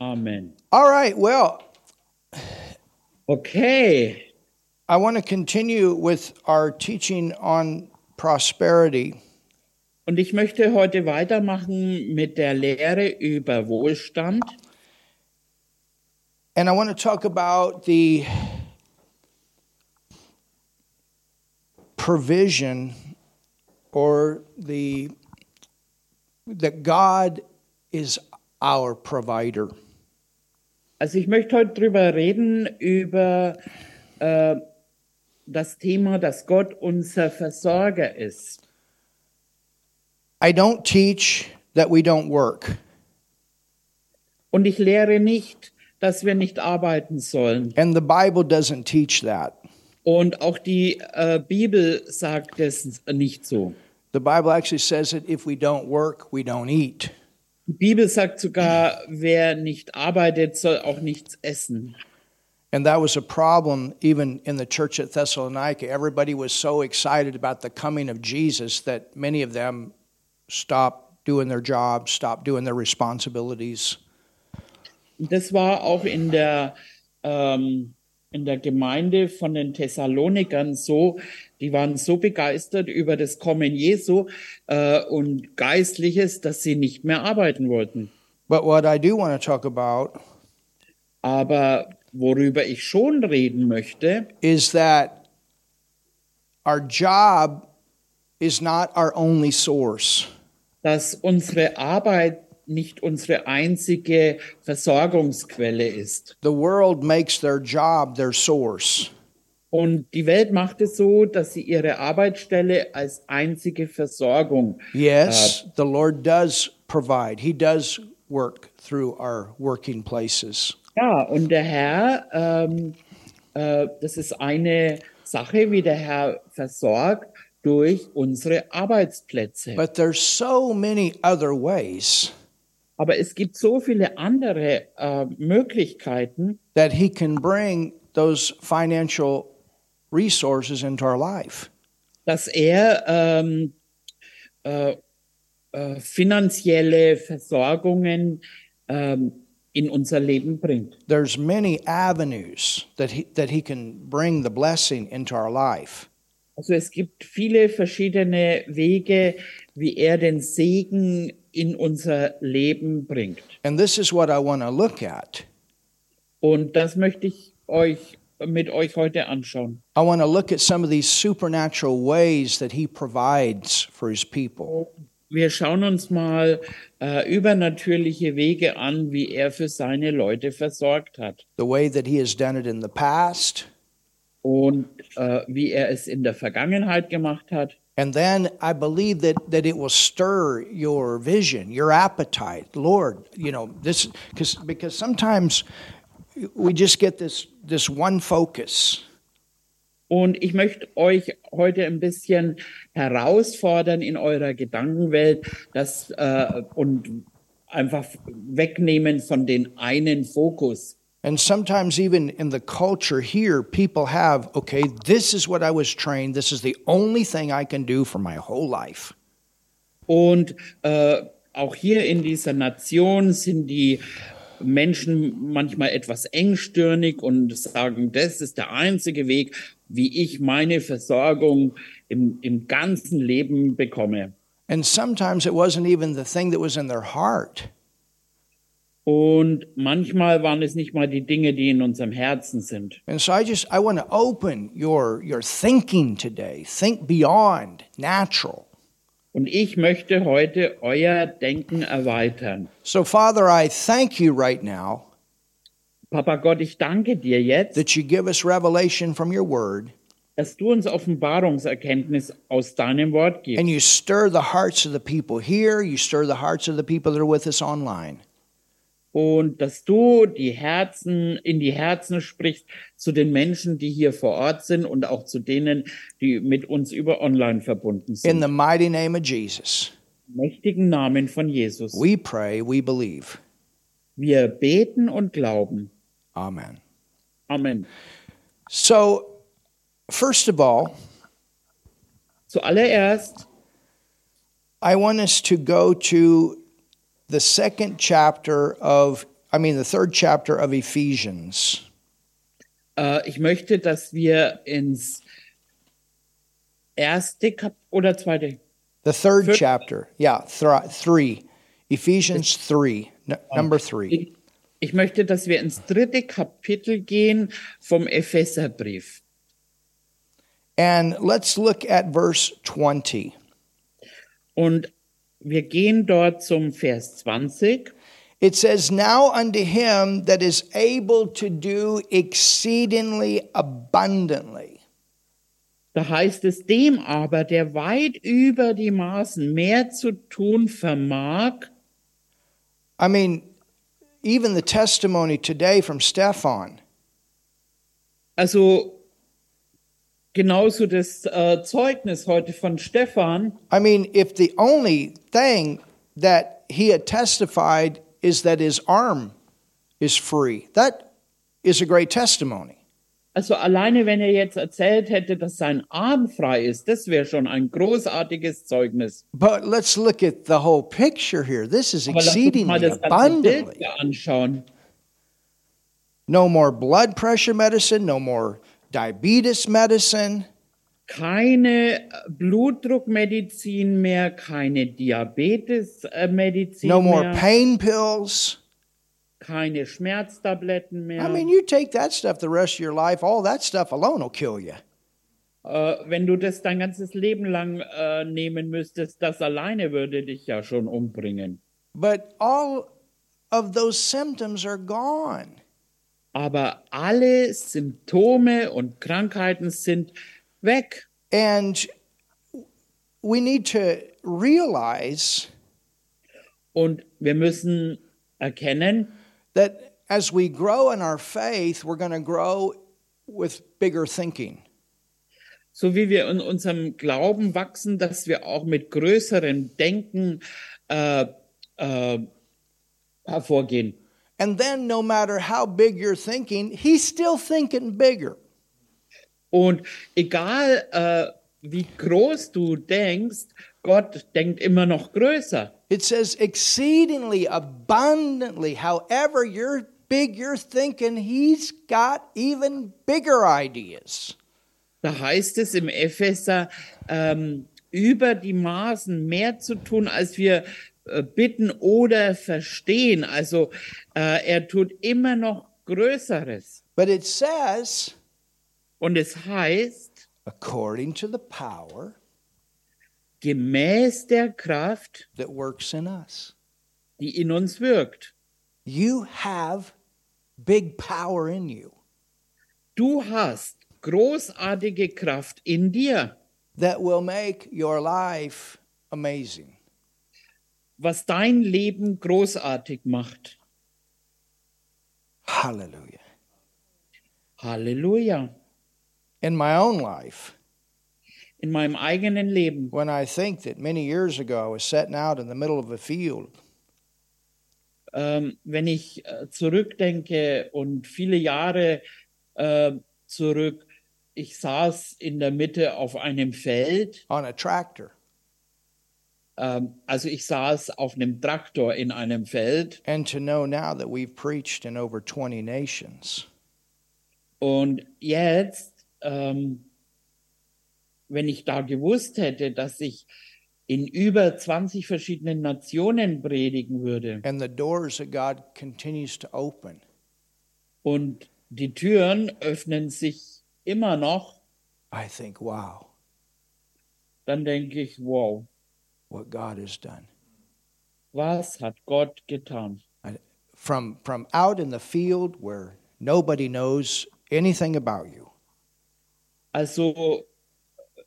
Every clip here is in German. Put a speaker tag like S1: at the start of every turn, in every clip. S1: Amen.
S2: All right, well,
S1: Okay,
S2: I want to continue with our teaching on prosperity.
S1: und ich möchte heute weitermachen mit der Lehre über Wohlstand.
S2: And I want to talk about the provision or the that God is our provider.
S1: Also ich möchte heute drüber reden, über äh, das Thema, dass Gott unser Versorger ist.
S2: I don't teach that we don't work.
S1: Und ich lehre nicht, dass wir nicht arbeiten sollen.
S2: And the Bible doesn't teach that.
S1: Und auch die äh, Bibel sagt es nicht so.
S2: The Bible actually says that if we don't work, we don't eat.
S1: Die Bibel sagt sogar, wer nicht arbeitet, soll auch nichts essen.
S2: And that was a problem even in the church at Thessalonica. Everybody was so excited about the coming of Jesus that many of them stopped doing their jobs, stopped doing their responsibilities.
S1: Und Das war auch in der, ähm, in der Gemeinde von den Thessalonikern so. Die waren so begeistert über das Kommen Jesu äh, und Geistliches, dass sie nicht mehr arbeiten wollten.
S2: But what I do want to talk about
S1: Aber worüber ich schon reden möchte,
S2: is that our job is not our only source.
S1: dass unsere Arbeit nicht unsere einzige Versorgungsquelle ist.
S2: The world makes their job their source.
S1: Und die Welt macht es so, dass sie ihre Arbeitsstelle als einzige Versorgung.
S2: Yes, the Lord does provide, He does work through our working places.
S1: Ja, und der Herr, ähm, äh, das ist eine Sache, wie der Herr versorgt durch unsere Arbeitsplätze.
S2: But there's so many other ways
S1: Aber es gibt so viele andere äh, Möglichkeiten,
S2: that he can bring those financial resources into our life.
S1: dass er ähm, äh, äh, finanzielle Versorgungen ähm, in unser Leben bringt.
S2: There's many avenues that he, that he can bring the blessing into our life.
S1: Also es gibt viele verschiedene Wege, wie er den Segen in unser Leben bringt.
S2: And this is what I want to look at.
S1: Und das möchte ich euch mit euch heute anschauen.
S2: I want to look at some of these supernatural ways that he provides for his people.
S1: Wir schauen uns mal äh, übernatürliche Wege an, wie er für seine Leute versorgt hat
S2: The way that he has done it in the past,
S1: und äh, wie er es in der Vergangenheit gemacht hat.
S2: And then I believe that, that it will stir your vision, your appetite. Lord, you know, this cause, because sometimes we just get this this one focus.
S1: Und ich möchte euch heute ein bisschen herausfordern in eurer Gedankenwelt das, äh, und einfach wegnehmen von den einen Fokus.
S2: And sometimes even in the culture here, people have, okay, this is what I was trained, this is the only thing I can do for my whole life.
S1: Und äh, auch hier in dieser Nation sind die Menschen manchmal etwas engstirnig und sagen, das ist der einzige Weg, wie ich meine Versorgung im, im ganzen Leben bekomme.
S2: And sometimes it wasn't even the thing that was in their heart.
S1: Und manchmal waren es nicht mal die Dinge, die in unserem Herzen sind.
S2: And so I just I want to open your your thinking today. Think beyond natural.
S1: Und ich möchte heute euer Denken erweitern.
S2: So, Father, I thank you right now
S1: Papa Gott, ich danke dir jetzt,
S2: that you give us revelation from your word
S1: dass du uns Offenbarungserkenntnis aus deinem Wort gibst.
S2: and you stir the hearts of the people here, you stir the hearts of the people that are with us online.
S1: und dass du die Herzen in die Herzen sprichst zu den Menschen, die hier vor Ort sind und auch zu denen, die mit uns über online verbunden
S2: In
S1: sind.
S2: the mighty name of Jesus,
S1: Im mächtigen Namen von Jesus.
S2: we pray, we believe.
S1: Wir beten und glauben.
S2: Amen.
S1: Amen.
S2: So, first of all,
S1: Zuallererst
S2: I want us to go to the second chapter of I mean, the third chapter of Ephesians.
S1: Äh, ich möchte, dass wir ins erste Kap oder zweite.
S2: The third
S1: Third-
S2: chapter, yeah, thr three, Ephesians three, n- number three.
S1: Ich, ich möchte, dass wir ins dritte Kapitel gehen vom Epheserbrief.
S2: And let's look at verse 20.
S1: Und wir gehen dort zum Vers 20.
S2: It says, Now unto him that is able to do exceedingly abundantly.
S1: Da heißt es dem aber, der weit über die Maßen mehr zu tun vermag.
S2: I mean, even the testimony today from Stefan,
S1: Also genauso das äh, Zeugnis heute von Stefan.
S2: I mean, if the only thing that he had testified is that his arm is free, that is a great testimony.
S1: Also alleine, wenn er jetzt erzählt hätte, dass sein Arm frei ist, das wäre schon ein großartiges Zeugnis.
S2: But let's look at the whole picture here. This is
S1: Aber lass uns mal
S2: exceedingly
S1: das ganze Bild
S2: abundantly.
S1: hier anschauen.
S2: No more blood pressure medicine, no more diabetes medicine,
S1: Keine äh, Blutdruckmedizin mehr, keine Diabetesmedizin
S2: no more
S1: mehr,
S2: pain pills.
S1: keine Schmerztabletten mehr.
S2: I mean, you take that stuff the rest of your life, all that stuff alone will kill you.
S1: Äh, wenn du das dein ganzes Leben lang äh, nehmen müsstest, das alleine würde dich ja schon umbringen.
S2: But all of those symptoms are gone.
S1: Aber alle Symptome und Krankheiten sind weg.
S2: And we need to realize
S1: Und wir müssen erkennen,
S2: that as we grow in our faith, we're going to grow with bigger thinking.
S1: so wie wir in unserem Glauben wachsen, dass wir auch mit größerem Denken äh, äh, hervorgehen.
S2: And then, no matter how big you're thinking, he's still thinking bigger.
S1: Und egal äh, wie groß du denkst, Gott denkt immer noch größer.
S2: It says, exceedingly abundantly, however you're big you're thinking, he's got even bigger ideas.
S1: Da heißt es im Epheser, ähm, über die Maßen mehr zu tun, als wir äh, bitten oder verstehen. Also äh, er tut immer noch Größeres.
S2: But it says,
S1: Und es heißt,
S2: according to the power
S1: gemäß der Kraft,
S2: that works in us.
S1: die in uns wirkt.
S2: You have big power in you
S1: Du hast großartige Kraft in dir,
S2: that will make your life amazing.
S1: was dein Leben großartig macht.
S2: Hallelujah.
S1: Halleluja.
S2: In my own life,
S1: In meinem eigenen Leben.
S2: when I think that many years ago I was setting out in the middle of a field
S1: ähm, wenn ich äh, zurückdenke und viele Jahre äh, zurück, ich saß in der Mitte auf einem Feld,
S2: on a tractor
S1: ähm, also ich saß auf einem Traktor in einem Feld
S2: and to know now that we've preached in over 20 nations.
S1: und jetzt, ähm, wenn ich da gewusst hätte, dass ich in über 20 verschiedenen Nationen predigen würde
S2: And the doors that God continues to open.
S1: und die Türen öffnen sich immer noch,
S2: I think, wow,
S1: dann denke ich, wow,
S2: what God has done.
S1: was hat Gott getan?
S2: From, from out in the field where nobody knows anything about you,
S1: Also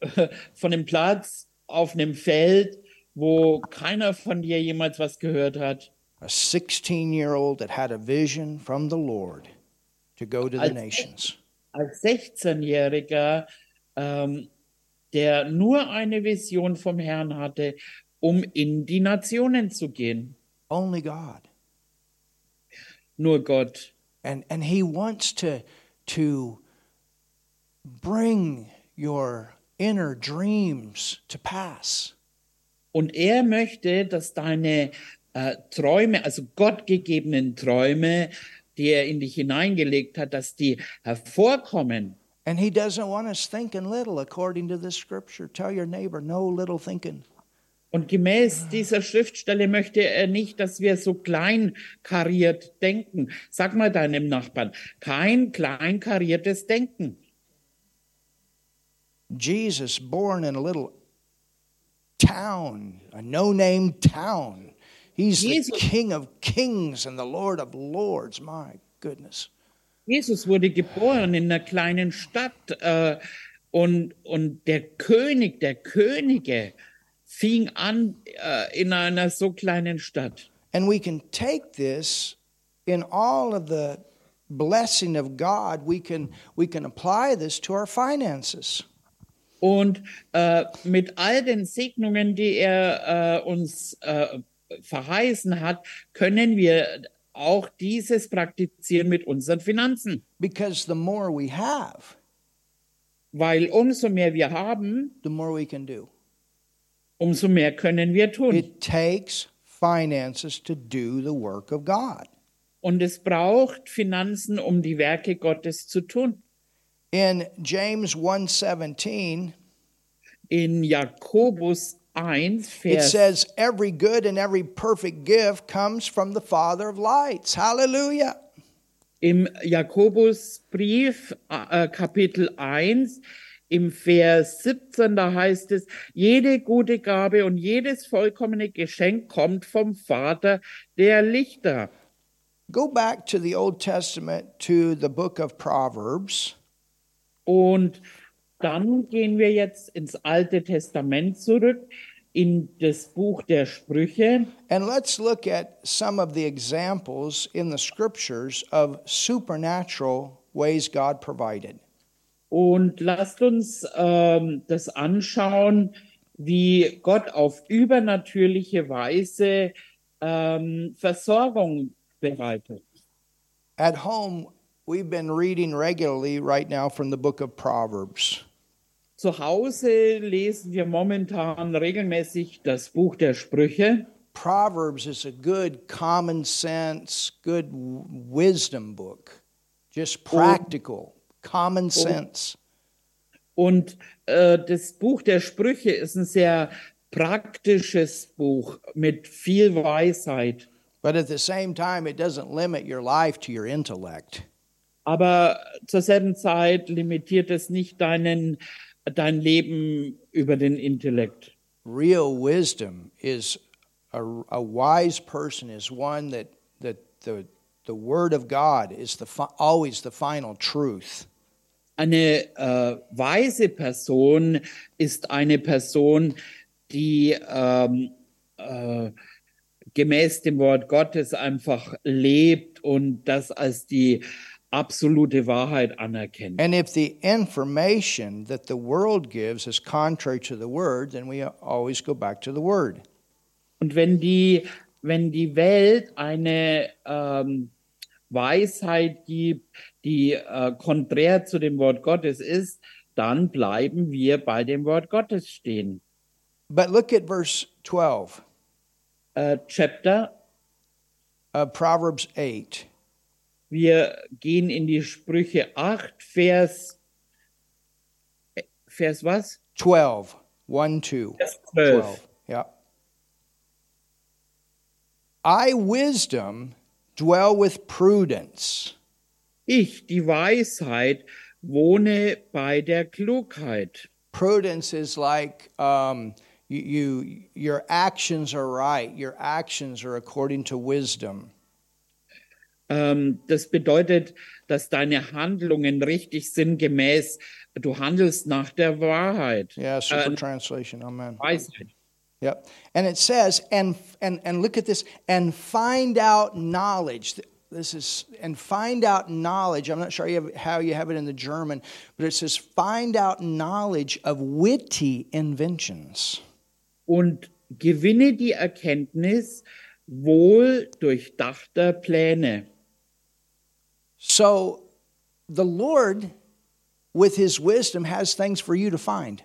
S1: von dem Platz auf einem Feld, wo keiner von dir jemals was gehört hat,
S2: a 16 year old that had a vision from the Lord to go to
S1: I think-
S2: the nations.
S1: als 16-Jähriger, ähm, der nur eine Vision vom Herrn hatte, um in die Nationen zu gehen.
S2: Only God.
S1: Nur Gott.
S2: And, and He wants to, to bring your inner dreams to pass.
S1: Und er möchte, dass deine äh, Träume, also gottgegebenen Träume, die er in dich hineingelegt hat, dass die hervorkommen.
S2: And he doesn't want us thinking little according to this scripture. Tell your neighbor, no little thinking.
S1: Und gemäß dieser Schriftstelle möchte er nicht, dass wir so kleinkariert denken. Sag mal deinem Nachbarn, kein kleinkariertes Denken.
S2: Jesus, born in a little town, a no name town, he's the
S1: Jesus-
S2: King of kings and the Lord of lords. My goodness.
S1: Jesus wurde geboren in einer kleinen Stadt äh, und, und der König der Könige fing an äh, in einer so kleinen Stadt.
S2: And we can take this in all of the blessing of God, we can, we can apply this to our finances.
S1: Und äh, mit all den Segnungen, die er äh, uns äh, verheißen hat, können wir auch dieses praktizieren mit unseren Finanzen.
S2: Because the more we have,
S1: Weil umso mehr wir haben,
S2: the more we can do.
S1: umso mehr können wir tun.
S2: It takes finances to do the work of God.
S1: Und es braucht Finanzen, um die Werke Gottes zu tun.
S2: In James 1:17,
S1: In Jakobus 1,
S2: it
S1: Vers
S2: says every good and every perfect gift comes from the Father of lights. Hallelujah.
S1: Im Jakobusbrief, äh, Kapitel 1, im Vers 17, da heißt es, jede gute Gabe und jedes vollkommene Geschenk kommt vom Vater der Lichter.
S2: Go back to the Old Testament to the book of Proverbs
S1: Und dann gehen wir jetzt ins Alte Testament zurück, in das Buch der Sprüche.
S2: and let's look at some of the examples in the scriptures of supernatural ways God provided.
S1: Und lasst uns ähm, das anschauen, wie Gott auf übernatürliche Weise ähm, Versorgung bereitet.
S2: At home, we've been reading regularly right now from the book of Proverbs.
S1: Zu Hause lesen wir momentan regelmäßig das Buch der Sprüche.
S2: Proverbs is a good common sense, good w- wisdom book. Just practical, common sense.
S1: Und äh, das Buch der Sprüche ist ein sehr praktisches Buch mit viel Weisheit.
S2: But at the same time, it doesn't limit your life to your intellect.
S1: Aber zur selben Zeit limitiert es nicht deinen, dein Leben über den Intellekt.
S2: Real wisdom is a, a wise person is one that, that the, the Word of God is the fi- always the final truth.
S1: Eine äh, weise Person ist eine Person, die ähm, äh, gemäß dem Wort Gottes einfach lebt und das als die absolute Wahrheit anerkennt.
S2: And if the information that the world gives is contrary to the Word, then we always go back to the Word.
S1: Und wenn die, wenn die Welt eine ähm, Weisheit gibt, die äh, konträr zu dem Wort Gottes ist, dann bleiben wir bei dem Wort Gottes stehen.
S2: But look at verse 12
S1: Äh, Chapter
S2: of Proverbs 8.
S1: Wir gehen in die Sprüche 8, Vers, äh, Vers was?
S2: 12. 1, 2.
S1: Vers
S2: 12. Yeah. I, wisdom, dwell with prudence,
S1: Ich, die Weisheit, wohne bei der Klugheit.
S2: prudence is like um, you, you your actions are right your actions are according to wisdom
S1: Ähm, das bedeutet, dass deine Handlungen richtig sind, gemäß, du handelst nach der Wahrheit.
S2: yeah super
S1: Uh,
S2: translation amen
S1: Weisheit.
S2: yep and it says and and and look at this and find out knowledge this is and find out knowledge i'm not sure you have, how you have it in the german but it says find out knowledge of witty inventions
S1: Und gewinne die Erkenntnis wohl durchdachter Pläne.
S2: so the lord with his wisdom has things for you to find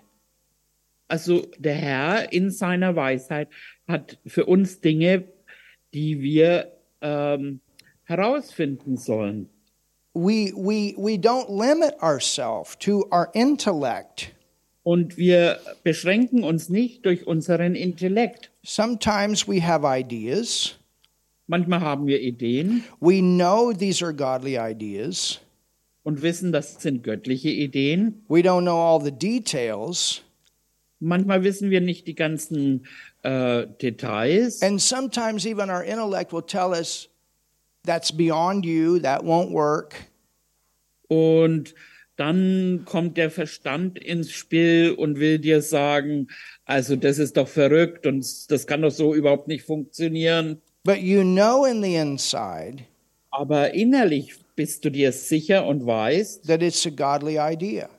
S1: Also der Herr in seiner Weisheit hat für uns Dinge die wir ähm, herausfinden sollen.
S2: We, we, we don't limit ourselves to our intellect.
S1: Und wir beschränken uns nicht durch unseren Intellekt.
S2: Sometimes we have ideas.
S1: Manchmal haben wir Ideen
S2: We know these are godly ideas.
S1: und wissen, das sind göttliche Ideen.
S2: We don't know all the details.
S1: Manchmal wissen wir nicht die ganzen äh, Details.
S2: And sometimes even our intellect will tell us that's beyond you, that won't work.
S1: Und dann kommt der Verstand ins Spiel und will dir sagen, also das ist doch verrückt und das kann doch so überhaupt nicht funktionieren.
S2: But you know in the inside
S1: Aber innerlich bist du dir sicher und weißt,
S2: that it's a godly idea.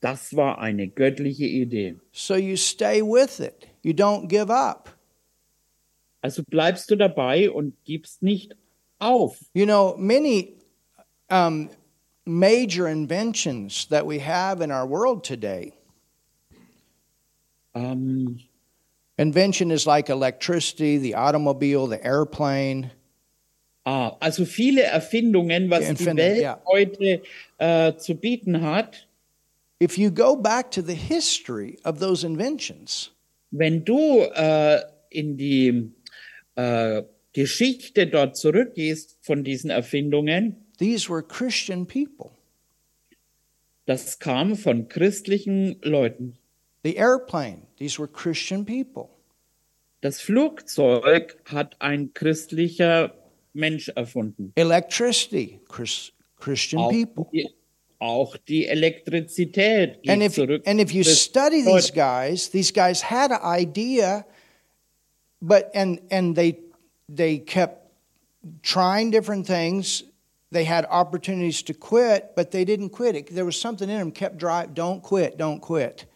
S1: das war eine göttliche Idee.
S2: So you stay with it. You don't give up.
S1: Also bleibst du dabei und gibst nicht auf.
S2: You know, many um, major inventions that we have in our world today,
S1: Ähm,
S2: invention is like electricity, the automobile, the airplane,
S1: ah, also viele Erfindungen, was die
S2: Erfindung,
S1: Welt
S2: ja.
S1: heute äh, zu bieten hat.
S2: if you go back to the history of those inventions,
S1: Wenn du äh, in die äh, Geschichte dort zurückgehst von diesen Erfindungen,
S2: these were Christian people.
S1: das kam von christlichen Leuten.
S2: The airplane, these were Christian people.
S1: Das Flugzeug hat ein christlicher Mensch erfunden.
S2: Electricity, Chris, Christian
S1: Auch
S2: people.
S1: die, auch die Elektrizität geht
S2: And if,
S1: zurück.
S2: and if you
S1: Das-
S2: study
S1: Leute.
S2: these guys, these guys had an idea, but and and they they kept trying different things. They had opportunities to quit, but they didn't quit. It, there was something in them kept drive. Don't quit. Don't quit.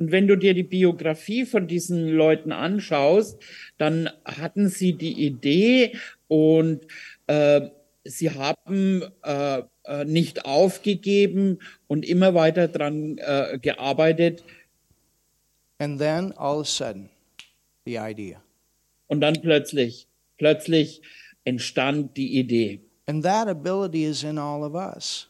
S1: Und wenn du dir die Biografie von diesen Leuten anschaust, dann hatten sie die Idee und äh, sie haben äh, äh, nicht aufgegeben und immer weiter dran äh, gearbeitet.
S2: And then all of a sudden, the idea.
S1: Und dann plötzlich, plötzlich entstand die Idee.
S2: And that ability is in all of us.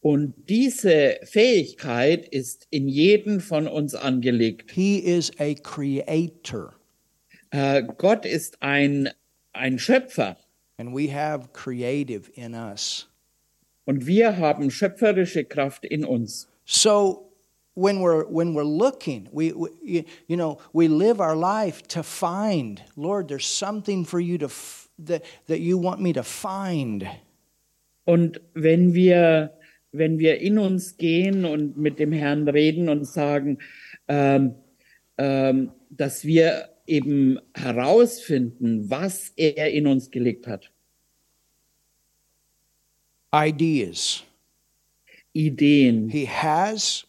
S1: Und diese Fähigkeit ist in jedem von uns angelegt.
S2: He is a creator,
S1: Äh, Gott ist ein, ein Schöpfer.
S2: and we have creative in us.
S1: Und wir haben schöpferische Kraft in uns.
S2: So when we're when we're looking, we, we you- you know we live our life to find. Lord, there's something for you to f- that that you want me to find.
S1: Und wenn wir, wenn wir in uns gehen und mit dem Herrn reden und sagen, ähm, ähm, dass wir eben herausfinden, was er in uns gelegt hat.
S2: Ideas.
S1: Ideen.
S2: He has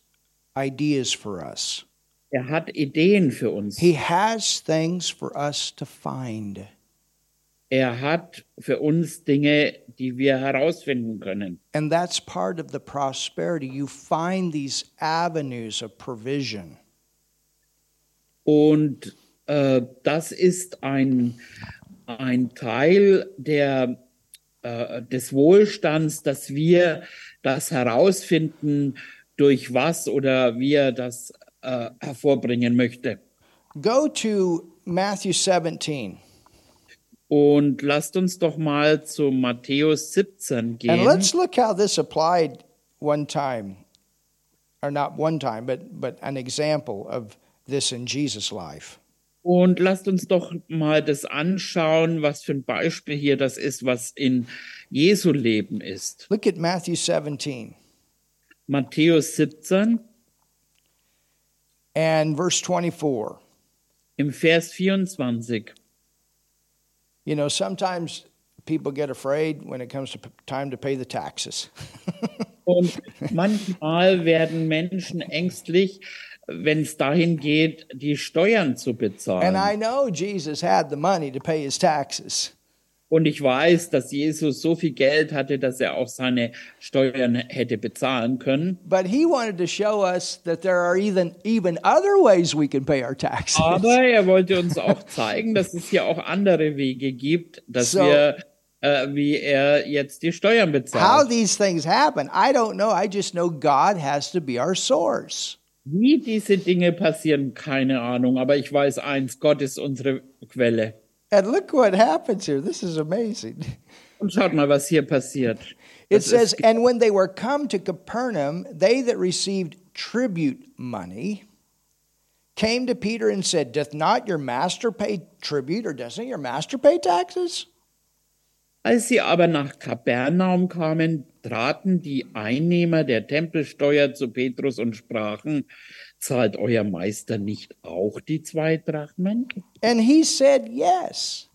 S2: ideas for us.
S1: Er hat Ideen für uns.
S2: He has things for us to find.
S1: Er hat für uns Dinge, die wir herausfinden können.
S2: And that's part of the prosperity. You find these avenues of provision.
S1: Und äh, das ist ein, ein Teil der, äh, des Wohlstands, dass wir das herausfinden, durch was oder wie er das äh, hervorbringen möchte.
S2: Go to Matthew 17
S1: Und lasst uns doch mal zu Matthäus 17
S2: and
S1: gehen.
S2: let's look how this applied one time, or not one time, but, but an example of this in Jesus' life.
S1: Und lasst uns doch mal das anschauen, was für ein Beispiel hier das ist, was in Jesu Leben ist.
S2: Look at Matthew 17
S1: Matthäus 17
S2: and verse 24.
S1: im Vers 24.
S2: You know, sometimes people get afraid when it comes to p- time to pay the taxes.
S1: Und manchmal werden Menschen ängstlich, wenn es dahin geht, die Steuern zu
S2: and
S1: bezahlen.
S2: I know Jesus had the money to pay his taxes.
S1: Und ich weiß, dass Jesus so viel Geld hatte, dass er auch seine Steuern hätte bezahlen können.
S2: But he wanted to show us that there are even even other ways we can pay our taxes.
S1: Aber er wollte uns auch zeigen, dass es hier auch andere Wege gibt, dass
S2: So-
S1: wir, äh, wie er jetzt die Steuern
S2: How
S1: bezahlt.
S2: these things happen, I don't know. I just know God has to be our source.
S1: Wie diese Dinge passieren, keine Ahnung. Aber ich weiß eins, Gott ist unsere Quelle.
S2: And look what happens here. This is amazing.
S1: Und schaut mal, was hier passiert.
S2: It
S1: Das
S2: says,
S1: ist-
S2: And when they were come to Capernaum, they that received tribute money came to Peter and said, Doth not your master pay tribute, or doesn't your master pay taxes?
S1: Als sie aber nach Kapernaum kamen, traten die Einnehmer der Tempelsteuer zu Petrus und sprachen, zahlt euer Meister nicht auch die zwei Drachmen?
S2: And he said, Yes.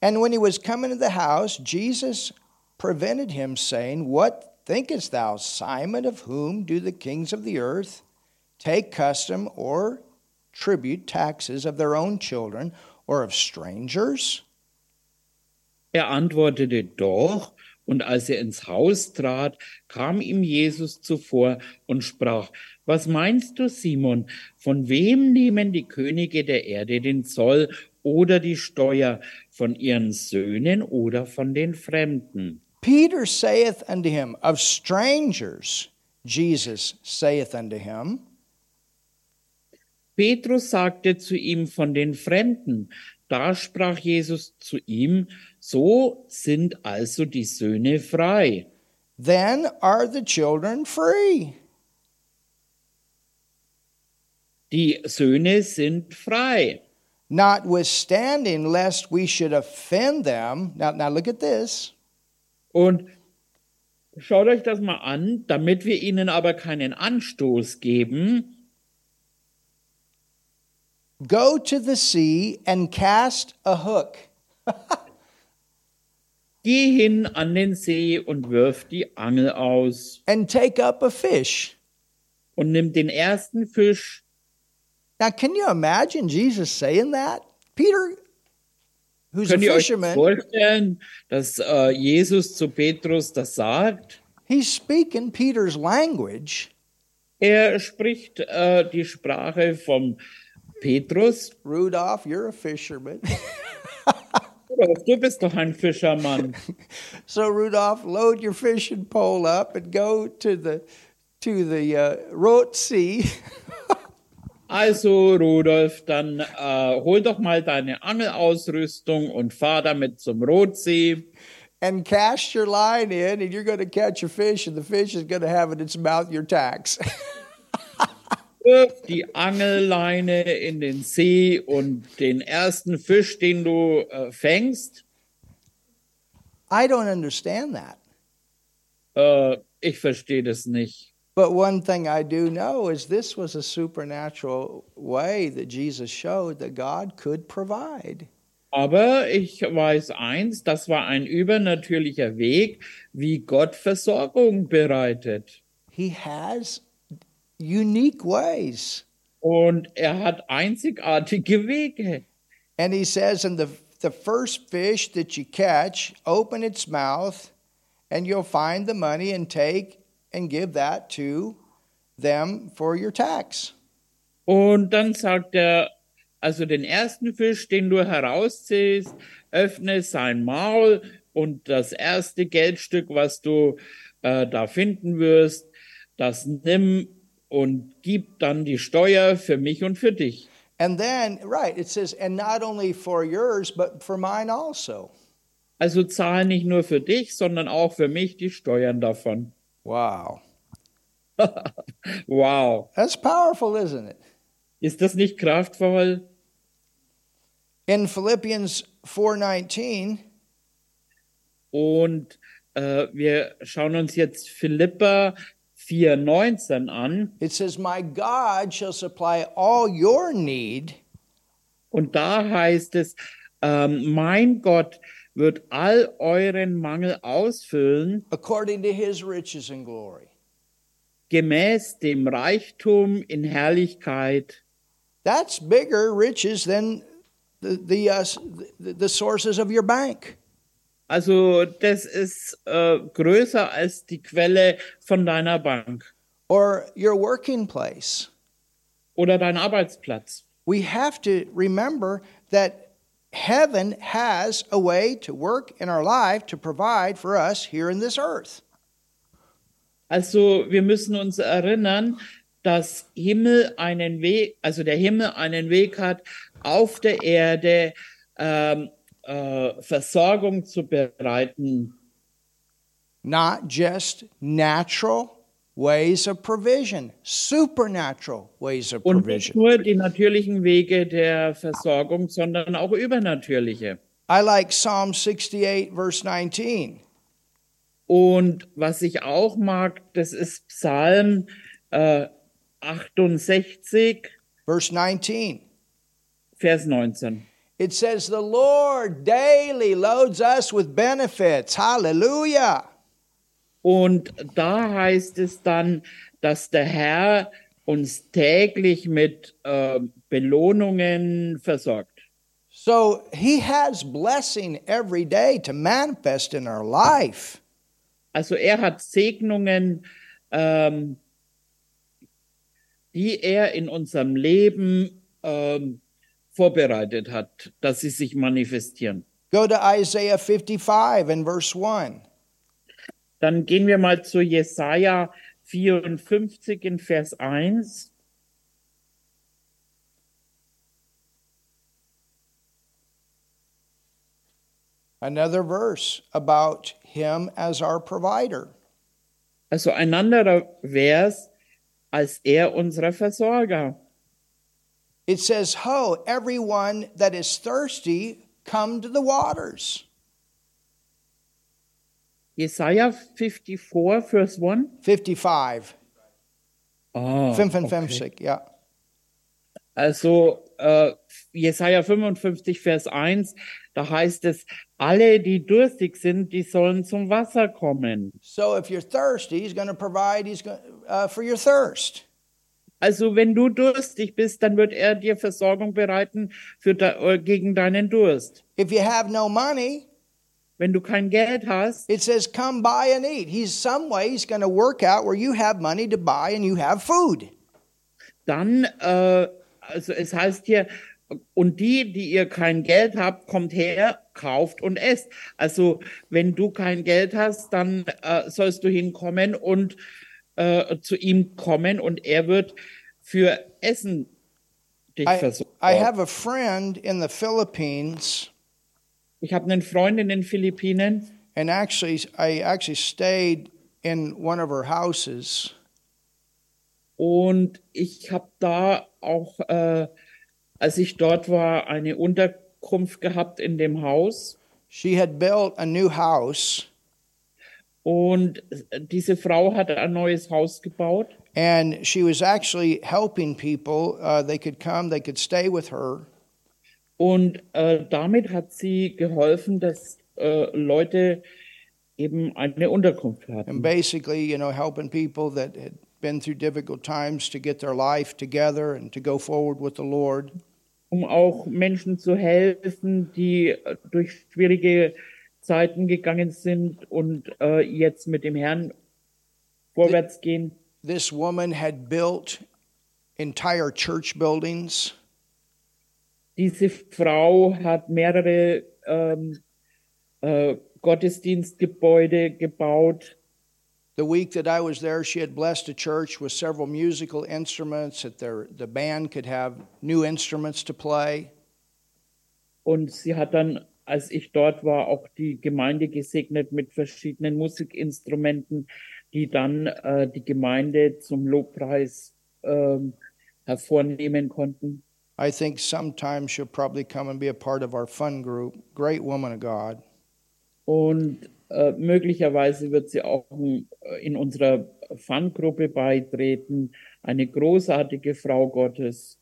S2: And when he was come into the house, Jesus prevented him, saying, What thinkest thou, Simon, of whom do the kings of the earth take custom or tribute taxes of their own children or of strangers?
S1: Er antwortete doch, und als er ins Haus trat, kam ihm Jesus zuvor und sprach, was meinst du, Simon, von wem nehmen die Könige der Erde den Zoll oder die Steuer, von ihren Söhnen oder von den Fremden?
S2: Peter saith unto him, Of strangers, Jesus saith unto him.
S1: Petrus sagte zu ihm von den Fremden. Da sprach Jesus zu ihm, so sind also die Söhne frei.
S2: Then are the children free.
S1: Die Söhne sind frei.
S2: Notwithstanding, lest we should offend them. Now, now look at this.
S1: Und schaut euch das mal an, damit wir ihnen aber keinen Anstoß geben.
S2: Go to the sea and cast a hook.
S1: Geh hin an den See und wirf die Angel aus
S2: and take up a fish.
S1: und nimm den ersten Fisch.
S2: Now, can you imagine Jesus saying that? Peter, who's a
S1: Könnt ihr euch das
S2: fisherman,
S1: vorstellen, dass äh, Jesus zu Petrus das sagt?
S2: he's speaking Peter's language.
S1: Er spricht äh, die Sprache vom Petrus.
S2: Rudolph, you're a fisherman.
S1: Rudolf, Du bist doch ein Fischermann.
S2: so Rudolph, load your fishing pole up and go to the to the uh, Rot Sea
S1: Also Rudolf, dann äh, hol doch mal deine Angelausrüstung und fahr damit zum Rotsee
S2: and cast your line in, and you're going to catch a fish, and the fish is going to have in its mouth your tax.
S1: wirf die Angelleine in den See und den ersten Fisch, den du äh, fängst.
S2: I don't understand that.
S1: Äh, ich verstehe das nicht.
S2: But one thing I do know is this was a supernatural way that Jesus showed that God could provide.
S1: Aber ich weiß eins, das war ein übernatürlicher Weg, wie Gott Versorgung bereitet.
S2: He has unique ways.
S1: Und er hat einzigartige Wege.
S2: And he says, And the, the first fish that you catch, open its mouth, and you'll find the money and take and give that to them for your tax.
S1: Und dann sagt er, also den ersten Fisch, den du herausziehst, öffne sein Maul und das erste Geldstück, was du äh, da finden wirst, das nimm und gib dann die Steuer für mich und für dich.
S2: And then, right, it says, And not only for yours, but for mine also.
S1: Also zahl nicht nur für dich, sondern auch für mich die Steuern davon.
S2: Wow.
S1: Wow,
S2: That's powerful, isn't it?
S1: ist das nicht kraftvoll?
S2: In Philippians 4:19,
S1: Und äh, wir schauen uns jetzt Philippa 4,19 an.
S2: it says, "My God shall supply all your need
S1: Und da heißt es, ähm, mein Gott wird all euren Mangel ausfüllen,
S2: according to his riches and glory."
S1: gemäß dem Reichtum in Herrlichkeit.
S2: That's bigger riches than the the, uh, the the sources of your bank.
S1: Also das ist äh, größer als die Quelle von deiner Bank
S2: or your working place.
S1: oder dein Arbeitsplatz.
S2: We have to remember that heaven has a way to work in our life to provide for us here in this earth.
S1: Also wir müssen uns erinnern, dass Himmel einen Weg, also der Himmel einen Weg hat, auf der Erde ähm, äh, Versorgung zu bereiten.
S2: Not just natural ways of provision, supernatural ways of
S1: Und nicht
S2: provision.
S1: nur die natürlichen Wege der Versorgung, sondern auch übernatürliche.
S2: I like Psalm 68, verse 19.
S1: Und was ich auch mag, das ist Psalm äh, 68,
S2: Verse 19.
S1: Vers 19.
S2: It says, The Lord daily loads us with benefits. Hallelujah.
S1: Und da heißt es dann, dass der Herr uns täglich mit äh, Belohnungen versorgt.
S2: So he has blessing every day to manifest in our life.
S1: Also er hat Segnungen, ähm, die er in unserem Leben ähm, vorbereitet hat, dass sie sich manifestieren.
S2: Go to Isaiah 55 and verse 1.
S1: Dann gehen wir mal zu Jesaja 54 in Vers 1.
S2: Another verse about him as our provider.
S1: Also ein anderer Vers als er unserer Versorger.
S2: It says, Ho, everyone that is thirsty, come to the waters.
S1: Jesaja 54, Vers 1.
S2: 55.
S1: Oh,
S2: Fünf and femsig, yeah.
S1: Also äh, Jesaja 55, Vers 1, da heißt es, alle, die durstig sind, die sollen zum Wasser kommen.
S2: So if you're thirsty, he's going to provide he's going, uh, for your thirst.
S1: Also wenn du durstig bist, dann wird er dir Versorgung bereiten für de äh, gegen deinen Durst.
S2: If you have no money,
S1: Wenn du kein Geld hast,
S2: It says, come buy and eat. He's some way he's going to work out where you have money to buy and you have food.
S1: dann, äh, also es heißt hier, und die, die ihr kein Geld habt, kommt her, kauft und esst. Also wenn du kein Geld hast, dann äh, sollst du hinkommen und äh, zu ihm kommen und er wird für Essen dich
S2: I,
S1: versorgen.
S2: I have a friend in the Philippines,
S1: ich habe einen Freund in den Philippinen
S2: and actually, I actually stayed in one of her houses.
S1: und ich habe da auch, äh, als ich dort war, eine Unterkunft gehabt in dem Haus.
S2: She had built a new house,
S1: Und äh, diese Frau hat ein neues Haus gebaut
S2: and she was actually helping people. Uh, they could come, they could stay with her.
S1: und äh, damit hat sie geholfen, dass äh, Leute eben eine Unterkunft
S2: And
S1: hatten.
S2: basically, you know, helping people that had been through difficult times to get their life together and to go forward with the Lord.
S1: Um auch Menschen zu helfen, die äh, durch schwierige Zeiten gegangen sind und äh, jetzt mit dem Herrn vorwärts gehen.
S2: this woman had built entire church buildings.
S1: Diese Frau hat mehrere ähm, äh, Gottesdienstgebäude gebaut.
S2: The week that I was there, she had blessed a church with several musical instruments that their, the band could have new instruments to play.
S1: Und sie hat dann, als ich dort war, auch die Gemeinde gesegnet mit verschiedenen Musikinstrumenten, die dann äh, die Gemeinde zum Lobpreis ähm, hervornehmen konnten.
S2: I think sometime she'll probably come and be a part of our fun group. Great woman of God.
S1: Und äh, möglicherweise wird sie auch äh, in unserer Fangruppe beitreten. Eine großartige Frau Gottes.